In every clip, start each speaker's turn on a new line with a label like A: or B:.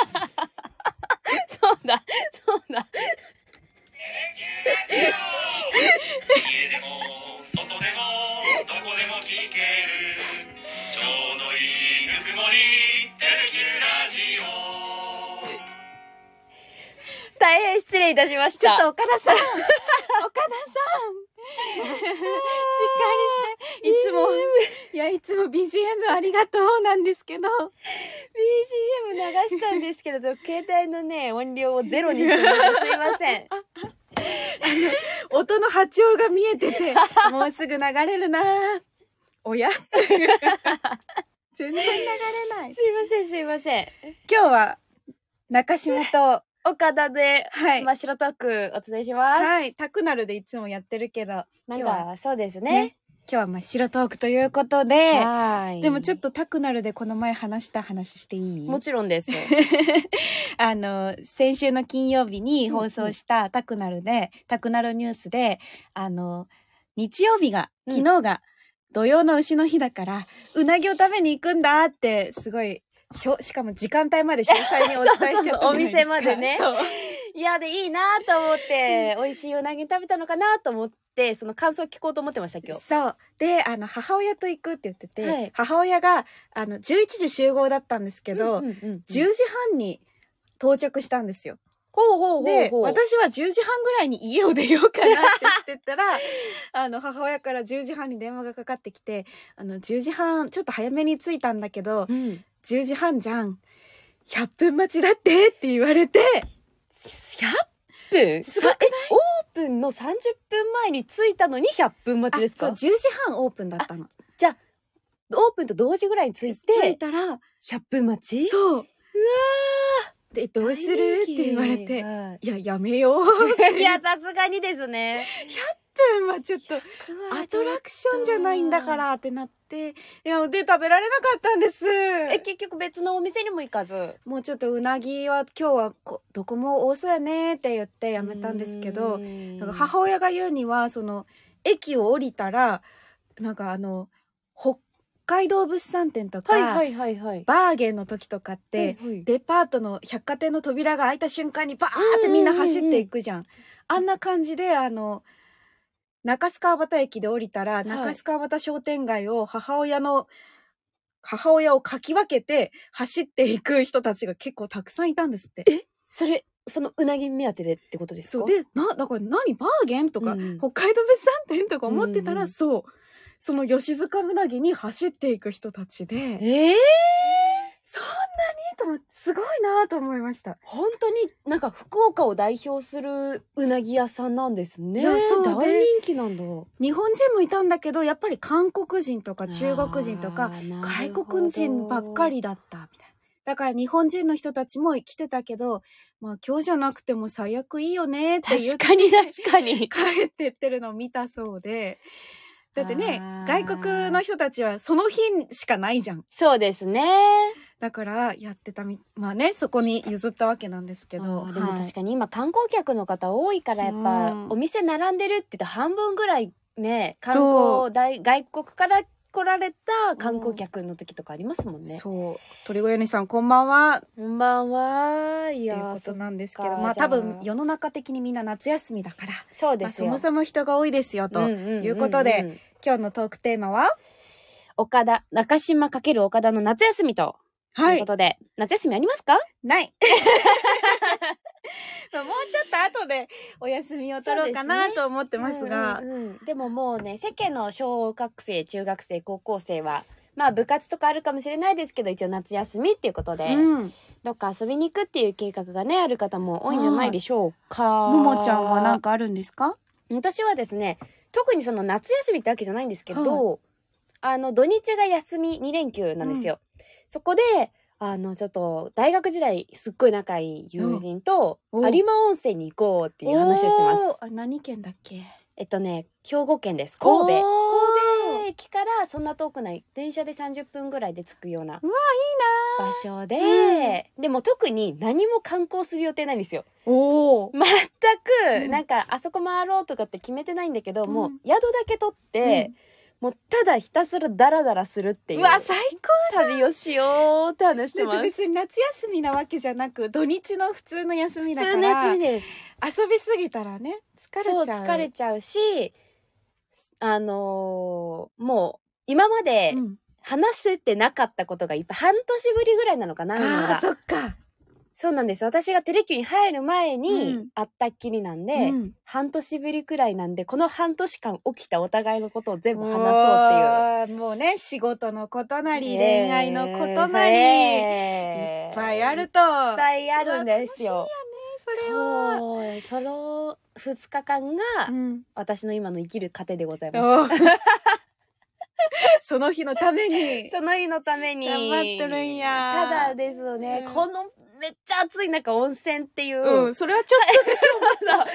A: そうだ、そうだ。
B: 家でも外でもどこでも聞けるちょうどいいぬくもりテレキュラジオ
A: 大変失礼いたしまし
C: ちょ
A: た。
C: っと岡田さん 岡田さんしっかりしていつもいやいつも BGM ありがとうなんですけど
A: BGM 流したんですけど、携帯のね、音量をゼロにしてるの ですいません。
C: 音の波長が見えて てもうすぐ流れるなおや 全然流れない
A: すいません、すいません。
C: 今日は中島と
A: 岡田で、
C: はい
A: 真っ白トークお伝えします。
C: はいタクナルでいつもやってるけど
A: なん
C: 今日
A: か、そうですね。
C: 今日は真っ白トークということで
A: はい。
C: でもちょっ
A: と。
C: とタクナルでこの前話した話していい
A: もちろん です。
C: あの先週の金曜日に放送した「タクナルで」タクナルニュースで」あの日曜日が
A: うん
C: 昨日が土曜の牛の日だから、うなぎを食べに行くんだってすごいしょしかも時間帯まで詳細にお伝えしちゃったじゃないですか
A: そうそうそうお店までね
C: そう
A: いや、で、いいなと思って、美味しいおなぎ食べたのかなと思って、その感想を聞こうと思ってました、今日。
C: そうであの母親と行くって言ってて、
A: はい
C: 母親があの11時集合だったんですけど、
A: うんうんうんうん
C: 10時半に到着したんですよ。
A: ほうほうほう
C: で
A: ほう。
C: 私は10時半ぐらいに家を出ようかなって言ってた らあの母親から10時半に電話がかかってきてあの10時半ちょっと早めに着いたんだけど
A: うん、
C: 10時半じゃん100分待ちだってって言われて
A: 100分
C: すごくない
A: さえオープンの30分前に着いたのに100分待
C: あ
A: ちです
C: そう
A: か
C: 10時半オープンだったの。
A: オープンと同時ぐらいに着い
C: 着い
A: て
C: たら
A: 100分待ち
C: そううわでどうするって言われて
A: はい
C: ややめよう
A: い、いやさすがにですね
C: 100分はちょっとアトラクションじゃないんだか
A: ち
C: らってなっていやで食べられなかったんです
A: ょっとえ結局別のお店にも行かず
C: もうちょっとうなぎは今日はこどこも多そうやねって言ってやめたんですけ
A: う
C: ど
A: ーん
C: なんか母親が言うにはその駅を降りたらなんかあの北海道物産展とか、
A: はいはいはいはい
C: バーゲンの時とかって、
A: はいはい
C: デパートの百貨店の扉が開いた瞬間にバーってみんな走っていくじゃん。あんな感じであの中須川端駅で降りたら、
A: い
C: 中須川端商店街を母親の母親をかき分けて走っていく人たちが結構たくさんいたんですって。
A: それそのうなぎ目当てでってことです
C: そ
A: か
C: うでなだから何バーゲンとか、
A: うん
C: 北海道物産展とか思ってたら、
A: うんうん
C: そうその吉塚うなぎに走っていく人たちで
A: ええ
C: そんなにと思ってすごいなと思いました。
A: 本当になんか福岡を代表するうなぎ屋さんなんですね。
C: いやそうで
A: 大人気なんだ。
C: 日本人もいたんだけどやっぱり韓国人とか中国人とか
A: あー
C: 外国人ばっか。りだったみたいな。だから日本人の人たちも来てたけど、まあ今日じゃなくても最悪いいよねって
A: なる
C: 言
A: ほど
C: っ
A: 確かに確かに。
C: 帰ってってるのを見たそうで。だってね
A: あー、
C: 外国の人たちはその日しかないじゃん。
A: そうですね。
C: だからやってたみ、まあね、そこに譲ったわけなんですけ
A: あ
C: ど。
A: ーでも
C: はい
A: 確かに今観光客の方多いからやっぱ
C: うん
A: お店並んでるって言ったら半分ぐらいね観
C: そ
A: 光大外国から来られた観光客の時とかありますもんね。
C: そう。鳥越屋根さんこんばんは。
A: こんばんは。い
C: って
A: や
C: いう
A: ー
C: こと
A: そ
C: なんですけ
A: そ
C: ど、
A: っか
C: まあ
A: じゃあ
C: 多分世の中的にみんな夏休みだから。
A: そうで
C: まあ、
A: す
C: そ
A: よ。
C: もそも人が多いですよと、
A: んんんん
C: いうことで今日のトークテーマは
A: 岡田中島×岡田の夏休みとということで、夏休みありますか
C: ない まあもうちょっと後でお休みを取ろうか
A: そう
C: な
A: ですね
C: と思ってますが
A: うんうんうんでももうね世間の小学生中学生高校生はまあ部活とかあるかもしれないですけど一応夏休みっていうことで、
C: うん
A: どっか遊びに行くっていう計画がねある方も多いんじゃないでしょうか。
C: ももちゃんは何
A: か
C: かあるんですか
A: 私はですね特にその夏休みってわけじゃないんですけど、あの土日が休み2連休なんですよ。そこであのちょっと大学時代すっごい仲いい友人と
C: うんお
A: 有馬温泉に行こうっていう話をしてます。
C: おーあ何県だっけ
A: えっとね兵庫県です神戸神
C: 戸
A: 戸駅からそんな遠くない電車で30分ぐらいで着くような
C: うわ
A: 場所で、でも特に何も観光する予定ないんですよ
C: お お
A: 全
C: う
A: く
C: ん
A: なんかあそこ回ろうとかって決めてないんだけど、もう
C: うん
A: 宿だけ取って、もうただひたすらダラダラするっていう
C: うわ最
A: 旅をしようって話して
C: 高だ
A: ます
C: って別に夏休みなわけじゃなく土日の普通の休みだ
A: 普
C: か
A: 通
C: ら
A: の休みです
C: 遊びすぎたらね疲れち
A: そう
C: ゃう
A: 疲れちゃうしあのーもう今まで
C: うん
A: 話せてなかったことがいっぱい半年ぶりぐらいなのかな会うの
C: あ
A: が
C: ーそっか
A: そうなんです私がテレキューに入る前
C: う
A: に
C: ん
A: 会ったっきりなんで、
C: うん
A: 半年ぶりくらいなんでこの半年間起きたお互いのことを全部話そうっ
C: うっていうもうね仕事のことな
A: てい
C: り
A: う
C: 恋愛のことなり、
A: え
C: いっ
A: ー
C: ぱいあ
A: い
C: る
A: っ
C: と
A: ぱいあるんですよ
C: それは
A: そうその2日間が
C: うん
A: 私の今の生きる糧でございます、
C: お その日のために
A: その日のために
C: 頑張ってるんや
A: ただですよね、
C: うん
A: このめっちゃ暑い中温泉っていう、
C: うんそれはちょっ
A: まだ入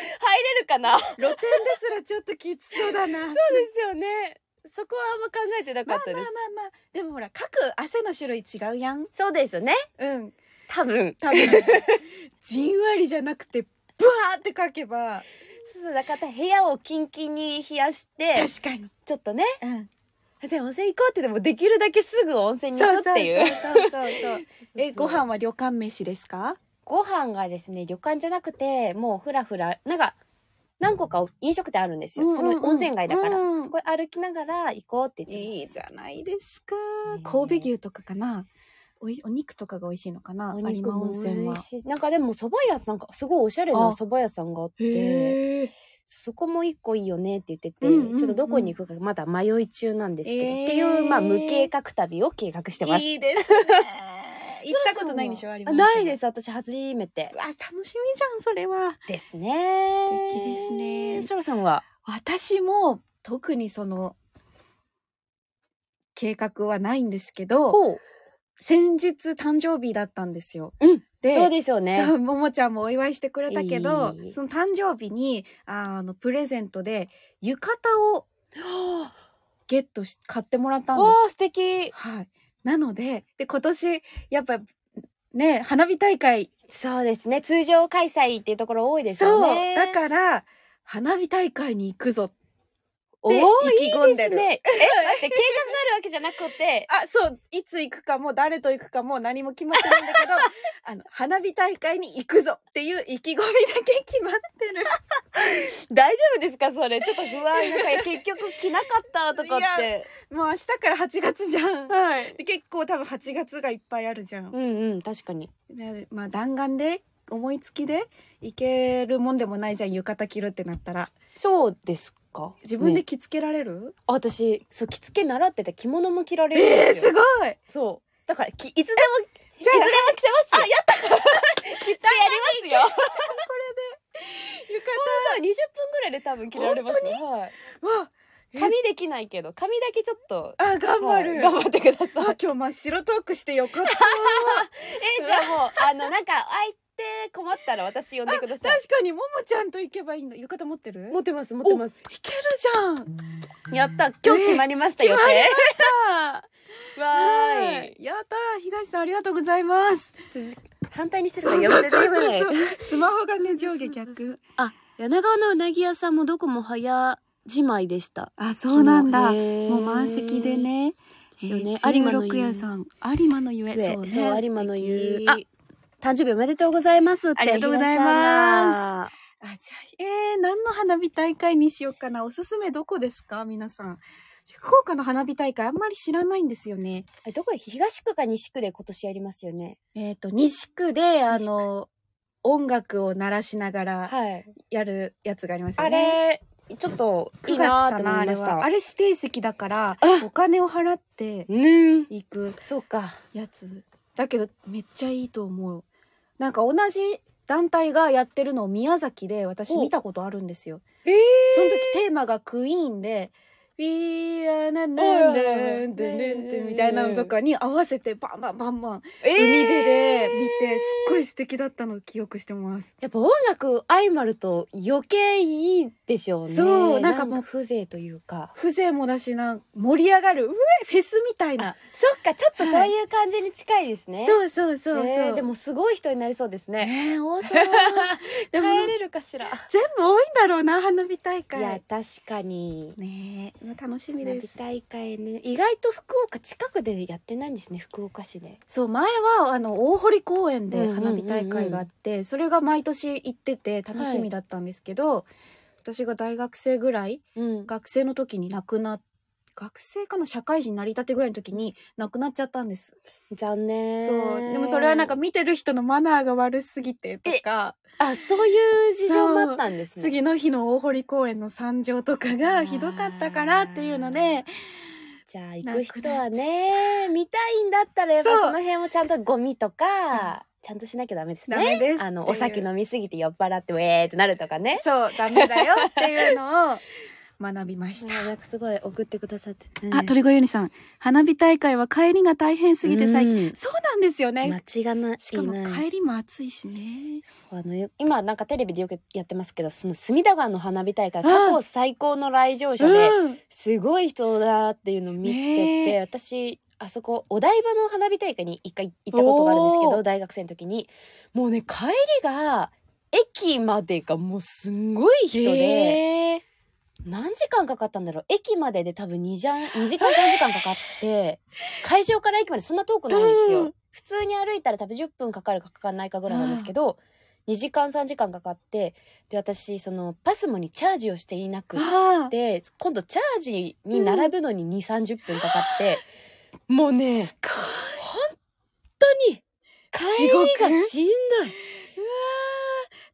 A: れるかなそう
C: と露天ですらちょっときつ そうだな
A: ですよねそこはあんま考えてな
C: ま
A: か
C: あ
A: っ
C: ま
A: た
C: あ
A: です、
C: まあまあでもほら各汗の種類違うやん
A: そうですよね
C: うん
A: 多分
C: 多 分じんわりじゃなくてブワーってかけば
A: そうそうだから部屋をキンキンに冷やして
C: 確かに
A: ちょっとね
C: うん
A: で温泉行こうってでもできるだけすぐ温泉に行くっていう
C: そうそうそうそうそう え
A: そう
C: ご飯は旅館飯ですか
A: ご飯がですね旅館じゃなくてもうふらふらなんか何個か飲食店あるんですよ、その温泉街だから、
C: うん
A: これ歩きながら行こうって言ってます
C: いいじゃないですか
A: ね。
C: 神戸牛とかかな。おいお肉とかが美味しいのかな。
A: お
C: 有
A: 肉
C: 馬
A: も
C: 温泉
A: 美
C: は
A: 味。しいなんかでも蕎麦屋なんかすごいおしゃれな
C: あ
A: 蕎麦屋さんがあって
C: へえ。
A: そこも一個いいよねって言ってて、
C: うんうんうん
A: ちょっとどこに行くかまだ迷い中なんですけど、
C: えー
A: っていうまあ無計画旅を計画してます。
C: いいで すね。行ったことないんでしょ
A: あ
C: 有馬温泉は。。
A: ないですす私初めて
C: あ楽しみじゃんそれは。
A: ですね
C: 素敵ですね
A: しょらさんは
C: 私も特にその計画はないんですけど、
A: こう
C: 先日誕生日だったんですよ。
A: うん
C: で
A: そうですよね
C: そうももちゃんもお祝いしてくれたけど、
A: いい
C: その誕生日にああのプレゼントで浴衣を
A: はあ
C: ゲットし買ってもらったんで
A: わあ
C: す。
A: 素敵
C: はい。なので、で、今年、やっぱ、ね、花火大会、
A: そうですね通常開催っていうところ多いです
C: そう、
A: よね
C: だから、花火大会に行くぞ。
A: おー
C: 意気込んで
A: いいすねえ待って計
C: る
A: 画があるわけじゃなくて
C: あ、そう、いつ行くかも、誰と行くかも、何も決まってないん だけど、あの、花火大会に行くぞっていう意気込みだけ決まってる。
A: 大丈夫ですかそれちょっと不安なんか 結局着なかったとかって
C: もう明日から8月じゃん。
A: はい
C: で結構多分8月がいっぱいあるじゃん
A: う。んうん確かに
C: でまあ、弾丸で、思いつきで行けるもんでもないじゃん、浴衣着るってなったら。
A: そうですか
C: 自分で
A: ね
C: 着付けられる、
A: 私そう着付け習ってて着物も着られる
C: え
A: ん
C: え
A: です
C: す
A: よ、
C: ごい
A: そうだからきいつでもい
C: じ
A: つ
C: ゃ
A: で
C: あ
A: も着せますよあやった着付けやりますよ20
C: 浴
A: 分ぐらいで多分着られますねはい
C: 衣わえ
A: 髪できないけど髪だけちょっと
C: あ頑張る、
A: はい頑張ってくださ
C: あ
A: い
C: 今日真っ白トークしてよかった
A: えじゃあもうあのなんか相手困ったら私呼んでください
C: 確かにももちゃんと行けばいいんだ浴衣持ってる
A: 持ってます持ってます
C: いけるじゃん
A: やった今日決まりました
C: えー
A: 予定
C: あ
A: わーい
C: やったー東さんありがとうございます
A: 反対にしてたらやってたい
C: そうそうそう スマホがね
A: そ
C: 上下
A: うそうそ
C: 逆
A: 柳川のうなぎ屋さんもどこも早じまいでした
C: あそうなんだ
A: も
C: もう満席でね
A: ですよね
C: えー
A: 有馬の
C: 16屋さん有馬のゆえ
A: ね
C: ね
A: そう有馬のゆ
C: 素敵
A: 誕生日おめでとうございますって
C: ありがとうございまあ、じゃあ、えー、何の花火大会にしようかな。おすすめどこですか皆さん。福岡の花火大会あんまり知らないんですよね。
A: すどこ東区か西区で今年やりますよね
C: えっ、と、西区で、あ
A: 西区
C: の、音楽を鳴らしながら
A: はい
C: やるやつがありますよ
A: あ
C: ね。
A: れちょっと
C: 9
A: いい
C: 月か
A: なーと思いまし
C: あれは
A: た
C: あれ指定席だから
A: あ、
C: お金を払って
A: うん
C: 行く
A: そうか
C: やつ。だけど、めっちゃいいと思う。なんか同じ団体がやってるのを宮崎で私
A: お
C: 見たことあるんですよ。
A: え
C: その時テーマがクイーンで「We are な
A: おいおいおい
C: n みみたいなのとかに合わせてバンバンバンバン
A: えー
C: 海辺で見てすっごい素敵だったのを記憶してます。
A: やっぱ音楽相まると余計いいでしょうね
C: そうなんかもう
A: 風情というか
C: 風情もだしな盛り上がるうえフェスみたいな、
A: そっかちょっとそういう感じに近いですね、
C: そうそうそうそう、
A: えーでもすごい人になりそうですね
C: ねえ多そう
A: 帰
C: でも
A: れるかしら
C: 全部多いんだろうな花火大
A: いや
C: 会
A: 確かに
C: ねえ楽しみ
A: 花
C: で
A: 火
C: す
A: 大会ね意外と福岡近くでやってないんですね福岡市で
C: そう前はあの大堀公園で花火大会があって、それが毎年行ってて楽しみだったんですけど、私が大学生ぐらい
A: うん
C: 学生の時に亡くな学生かな社会人になりたてぐらいの時に亡くなっちゃったんです、
A: 残念
C: そうでもそれはなんか見てる人のマナーが悪すぎてとか
A: あそういう事情もあったんですね
C: 次の日の大堀公園の惨状とかがひどかったからっていうので
A: じゃあ行く人はね見たいんだったらやっぱ
C: そう
A: その辺もちゃんとゴミと
C: そ
A: かちゃんとしなきゃダメです
C: ダ
A: ね
C: メですっていう
A: あのお酒飲みすぎて酔っ払ってウェーってなるとかね
C: そうダメだよっていうのを学びまし
A: あ
C: た。
A: ーなんかすごい送ってくださって、
C: あ、鳥越ゆりさん。花火大会は帰りが大変すぎて最近。
A: 近
C: そうなんですよね。
A: 間違いない
C: しかも
A: いない
C: 帰りも暑いしね。
A: あのよ今なんかテレビでよくやってますけどその隅田川の花火大会
C: うん
A: 過去最高の来場者で
C: うん
A: すごい人だっていうのを見てて、
C: ねえ
A: 私あそこお台場の花火大会に一回行ったことがあるんですけ
C: おー
A: ど大学生の時にもうね帰りが駅までがもうすんごい人で
C: へー
A: 何時間かかったんだろう駅までで多分 2, じゃん2時間3時間かかって会場から駅までそんな遠くないんですよ。
C: うん
A: 普通に歩いたら多分10分かかるかかかんないかぐらいなんですけど2時間3時間かかってで私そのパスモにチャージをしていなくっ
C: あー
A: で今度チャージに並ぶのに2三3 0分かかって、もうね
C: すご
A: 本当に
C: 地
A: 帰
C: 獄
A: りがしんどい
C: い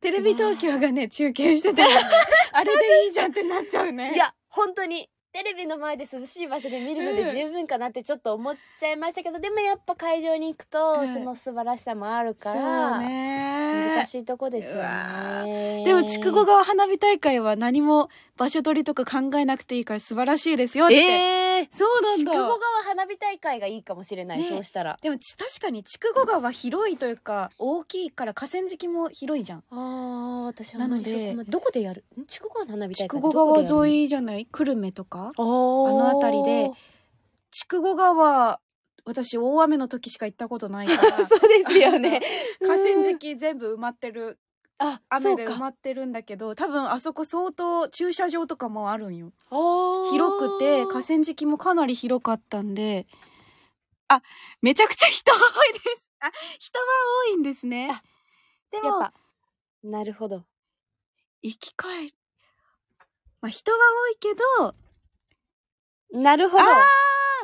C: テレビ東京がね、中継してて、 あれでいいじゃんってなっちゃうね。
A: い、や本当にテレビの前で涼しい場所で見るの
C: うん
A: で十分かなってちょっと思っちゃいましたけど、でもやっぱ会場に行くと、
C: うん
A: その素晴らしさもある
C: そ
A: か
C: う
A: ら、
C: ね。
A: 難しいとこですよ
C: うわ
A: ね
C: でも、筑後川花火大会は何も場所取りとか考えなくていいから素晴らしいですよって。
A: えー
C: そうなん
A: 筑
C: だ。
A: 後川花火大会がいいかもしれない、
C: ね
A: そうしたら
C: でもち確かに筑後川広いというか大きいから河川敷も広いじゃん
A: あー私
C: なので
A: あんまりそこまどこでやるん筑後川の花火大会
C: 筑後川
A: い
C: 沿いじゃない久留米とか
A: あ
C: の
A: の
C: 辺りで筑後川私大雨の時しか行ったことないから
A: そうですよね。
C: 河川敷全部埋まってる
A: あ、そ
C: 雨
A: う
C: で埋
A: か。
C: まってるんだけど多分あそこ相当駐車場とかもあるんよ広
A: 広
C: くて河川敷もかなり広かったんであめちゃくちゃ人多いですあ人は多いんですね
A: あ
C: で
A: やっ
C: も
A: ぱ。なるほど。
C: 生き返る。まあ、人は多いけど、あ
A: なるほ
C: ど
A: ど。
C: ー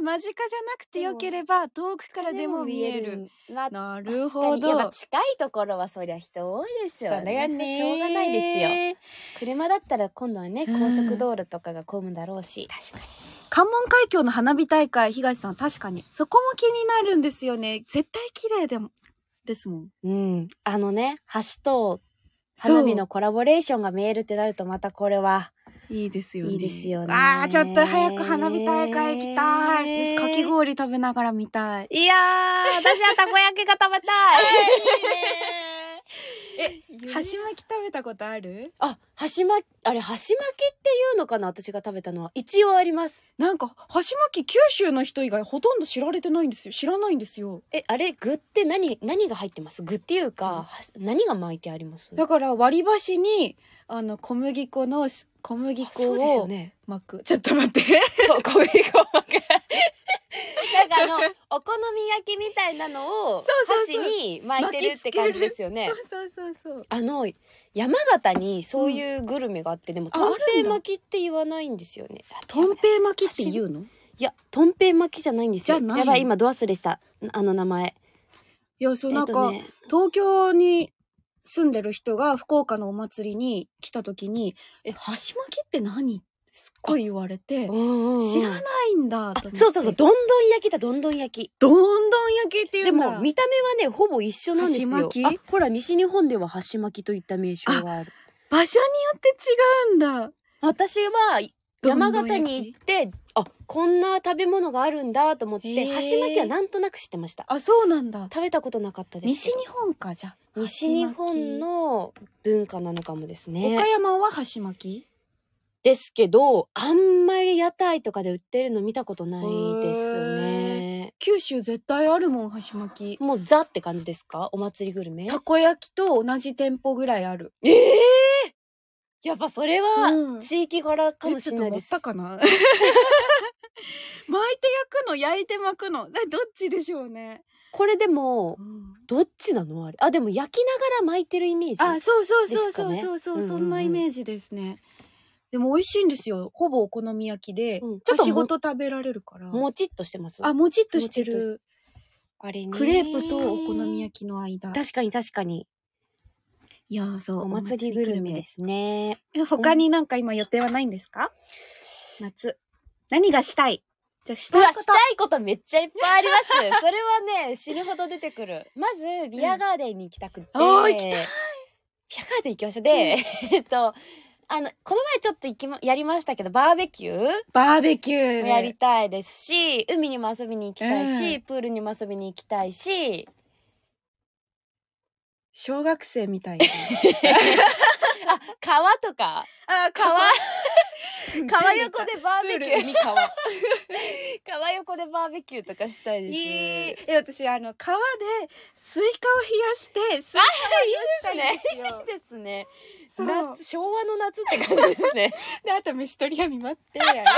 C: 間近じゃなくてよければ遠くからでも見える。。
A: まあ、
C: な
A: 確か
C: る
A: に
C: ほ
A: やっ
C: ど
A: ぱ。近いところはそりゃ人多いですよね。
C: それがね
A: しょうがないですよ。車だったら今度はね、高速道路とかが混むだろうし。確かに。
C: 関門海峡の花火大会、東さん確かに。そこも気になるんですよね。絶対綺麗でも、ですもん。
A: うん。あのね、橋と花火のコラボレーションが見えるってなるとまたこれは。
C: いいですよね。
A: いいですよね
C: ああ、ちょっと早く花火大会行きたいです。かき氷食べながら見たい。
A: いやー、私はたこ焼きが食べ たい。
C: え、箸巻き食べたことある
A: あ、箸巻き、あれ、箸巻きっていうのかな私が食べたのは。一応あります。
C: なんか、箸巻き九州の人以外ほとんど知られてないんですよ。知らないんですよ。
A: え、あれ、具って何、何が入ってます具っていうか、はし何が巻いてあります
C: だから割り箸にあの小麦粉のし小麦
A: あ
C: 粉
A: そうですよ
C: を
A: ね。
C: 巻く、ちょっと待って
A: そう小 麦粉を巻く。なんかあの、お好み焼きみたいなのを
C: そうそう
A: 箸
C: そう
A: に巻いてるって感じですよね
C: そう。そうそうそう
A: あの、山形にそういうグルメがあって、でも、
C: あ
A: とん
C: ある
A: ぺ
C: ん
A: い
C: だ
A: 巻きって言わないんですよね。あ
C: とんぺい巻きって言うの
A: いや、とんぺい巻きじゃないんですよ。
C: じゃない
A: やばい、今、ド忘れした。あの名前。
C: いやそう
A: え
C: な
A: っ
C: んか、
A: とね
C: 東京に住んでる人が福岡のお祭りに来た時に「え箸巻きって何?」ってすっごい言われて知
A: 知
C: らないんだと思
A: あ
C: って
A: そうそうそうどんどん焼きだどんどん焼き
C: どんどん焼きってい
A: で
C: うんだ
A: も見た目はねほぼ一緒なんですよ
C: 箸巻き
A: あほら西日本では箸巻きといった名称がある
C: 場所によって違うんだ
A: 私は
C: どんどん
A: 山
C: 焼き
A: 形に行ってあこんな食べ物があるんだと思っ
C: へ
A: て
C: ー
A: 箸巻きはなんとなく知ってました
C: あそうなんだ
A: 食べたことなかったです
C: 西
A: けど
C: 日本かじゃあ
A: 西日本の文化なのかもです
C: 箸巻き岡
A: ね
C: 山は箸巻き
A: ですけどあんまり屋台とかで売ってるの見たことないですね
C: 九州絶対あるもん箸巻き
A: もうザって感じですかお祭りグルメ
C: たこ焼きと同じ店舗ぐらいある
A: ええやっぱそれ
C: うん
A: は地域柄かもしれないです、
C: えちょっと持ったかな 巻いて焼くの焼いて巻くのだ どっちでしょうね、
A: これでもどっちなのあれあでも焼きながら巻いてるイメージ
C: あそうそうそう
A: ですか
C: そう
A: ね
C: そうそう、
A: うんうんうん
C: そんなイメージですねでも美味しいんですよほぼお好み焼きで、
A: うんち
C: ち
A: ょ
C: ょ
A: っと
C: っと
A: も
C: ごと食べられるから
A: もちっとしてます
C: あもちっとして
A: もちっ
C: る
A: あれね
C: クレープとお好み焼きの間
A: 確かに確かに
C: いやーそう
A: お祭りグルメ
C: で
A: ですすね
C: え他になんか今予定はないんですか夏何がしたいじゃあし
A: うわ
C: たいこ
A: し
C: と
A: たいことめっちゃいっぱいありますそれはね死ぬほど出てくるまずビアガーデンに行きたくて、
C: うんあー行きたい
A: ビアガーデン行きましょうで、えっとあのこの前ちょっと行き、ま、やりましたけどバーベキュー
C: バーベキュー
A: もやりたいですし、海にも遊びに行きたいし、
C: う
A: プールにも遊びに行きたいし、
C: 小学生みたいな
A: あ、川とか、
C: あ
A: 川、川
C: 全部
A: 横でバーベキュー、
C: プール海川
A: 川横でバーベキューとかしたい で
C: いい
A: す。
C: え
A: いい
C: 私あの川でスイカを冷やしてス
A: です
C: イカを冷や
A: ね。
C: したいんですよ
A: いいですね。
C: そう
A: 夏、昭和の夏って感じです ね。
C: であと虫取り網待って
A: 完全に、やん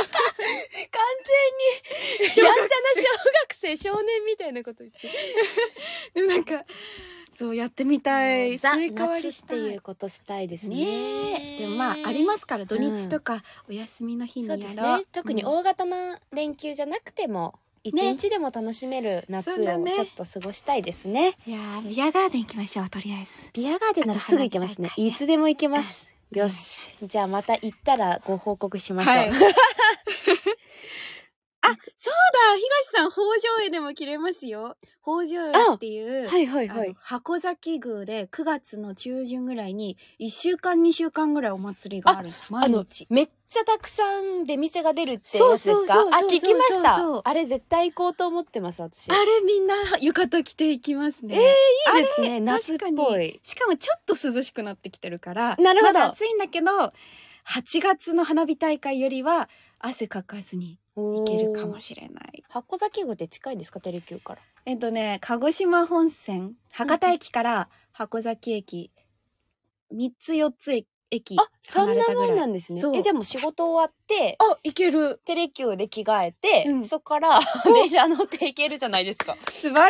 A: ちゃな小学生、少年みたいなこと言って
C: でもなんかそうやってみたい
A: ザ・
C: スイカ
A: 夏
C: 割り
A: っ
C: してたい
A: いうことしたいです
C: ね
A: ね。
C: えでもまあありますから土
A: う
C: 日
A: ん
C: とかお休みの日にや
A: そう
C: ろう,うん、
A: ですね特に大型な連休じゃなくても一
C: ね
A: 日でも楽しめる夏を
C: そうだね
A: ちょっと過ごしたいですね
C: いやービアガーデン行きましょうとりあえず
A: ビアガーデンならすぐ行けますね
C: あと花火大会
A: いつでも行けます
C: うん
A: よしじゃあまた行ったらご報告しましょう、
C: はいあそうだ東さん北条絵でも切れますよ北条絵っていう
A: いはい
C: あの箱崎宮で9月の中旬ぐらいに1週間2週間ぐらいお祭りがあるんです
A: あ
C: 毎
A: の
C: 日
A: めっちゃたくさん出店が出るってやつですかあ
C: そうそうそうそうそう
A: 聞きまし
C: そうそう
A: たあれ絶対行こうと思ってます私
C: あれみんな浴衣着ていきますね
A: えーいいですね夏っぽい
C: しかもちょっと涼しくなってきてるから
A: なるほど
C: まだ暑いんだけど8月の花火大会よりは汗かかずに
A: 行
C: 行けるかもしれない
A: 箱崎宮って近いですかテレキューから
C: えっとね鹿児島本線博多駅から箱崎駅3つ4つ駅
A: あそ
C: 離
A: ん
C: れ
A: な
C: たぐら
A: 前なんですね
C: そう
A: えじゃあもう仕事終わって
C: あ行ける
A: テレキューで着替えて、
C: うん
A: そっから電車乗っていけるじゃないですか。
C: 素晴ら し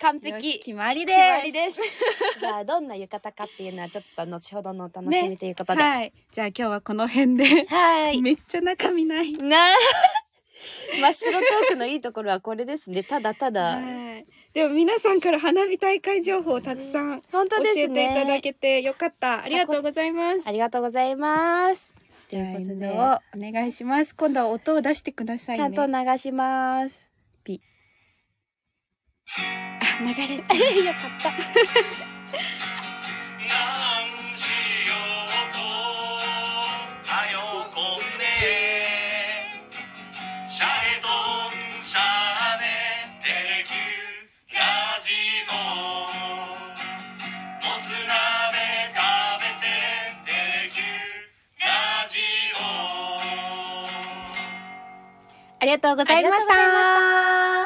A: 完
C: いよし
A: 璧。
C: 決まりで
A: 決まり
C: す
A: です。 じゃあどんな浴衣かっていうのはちょっと後ほどのお楽しみということで。
C: はいじゃあ今日はこの辺で、
A: はーい。
C: めっちゃ中身ない
A: なあ 真っ白トークのいいところはこれですね。ただただ。
C: はいでも皆さんから花火大会情報をたくさん
A: 本当
C: 教
A: です
C: えていただ
A: ね。
C: けてよかった。ありがとうございます
A: あ。りがとうございます。と
C: じゃあ
A: いうことで、
C: エンドをお願いします。今度は音を出してくださいね。
A: ちゃんと
C: あ
A: 流し ます。
C: 流れ。
A: よかった。
B: なんしようとはよこんねシャレとんしゃねテレキューラジオもつ鍋食べてテレキューラジオ
C: ありがとうございました。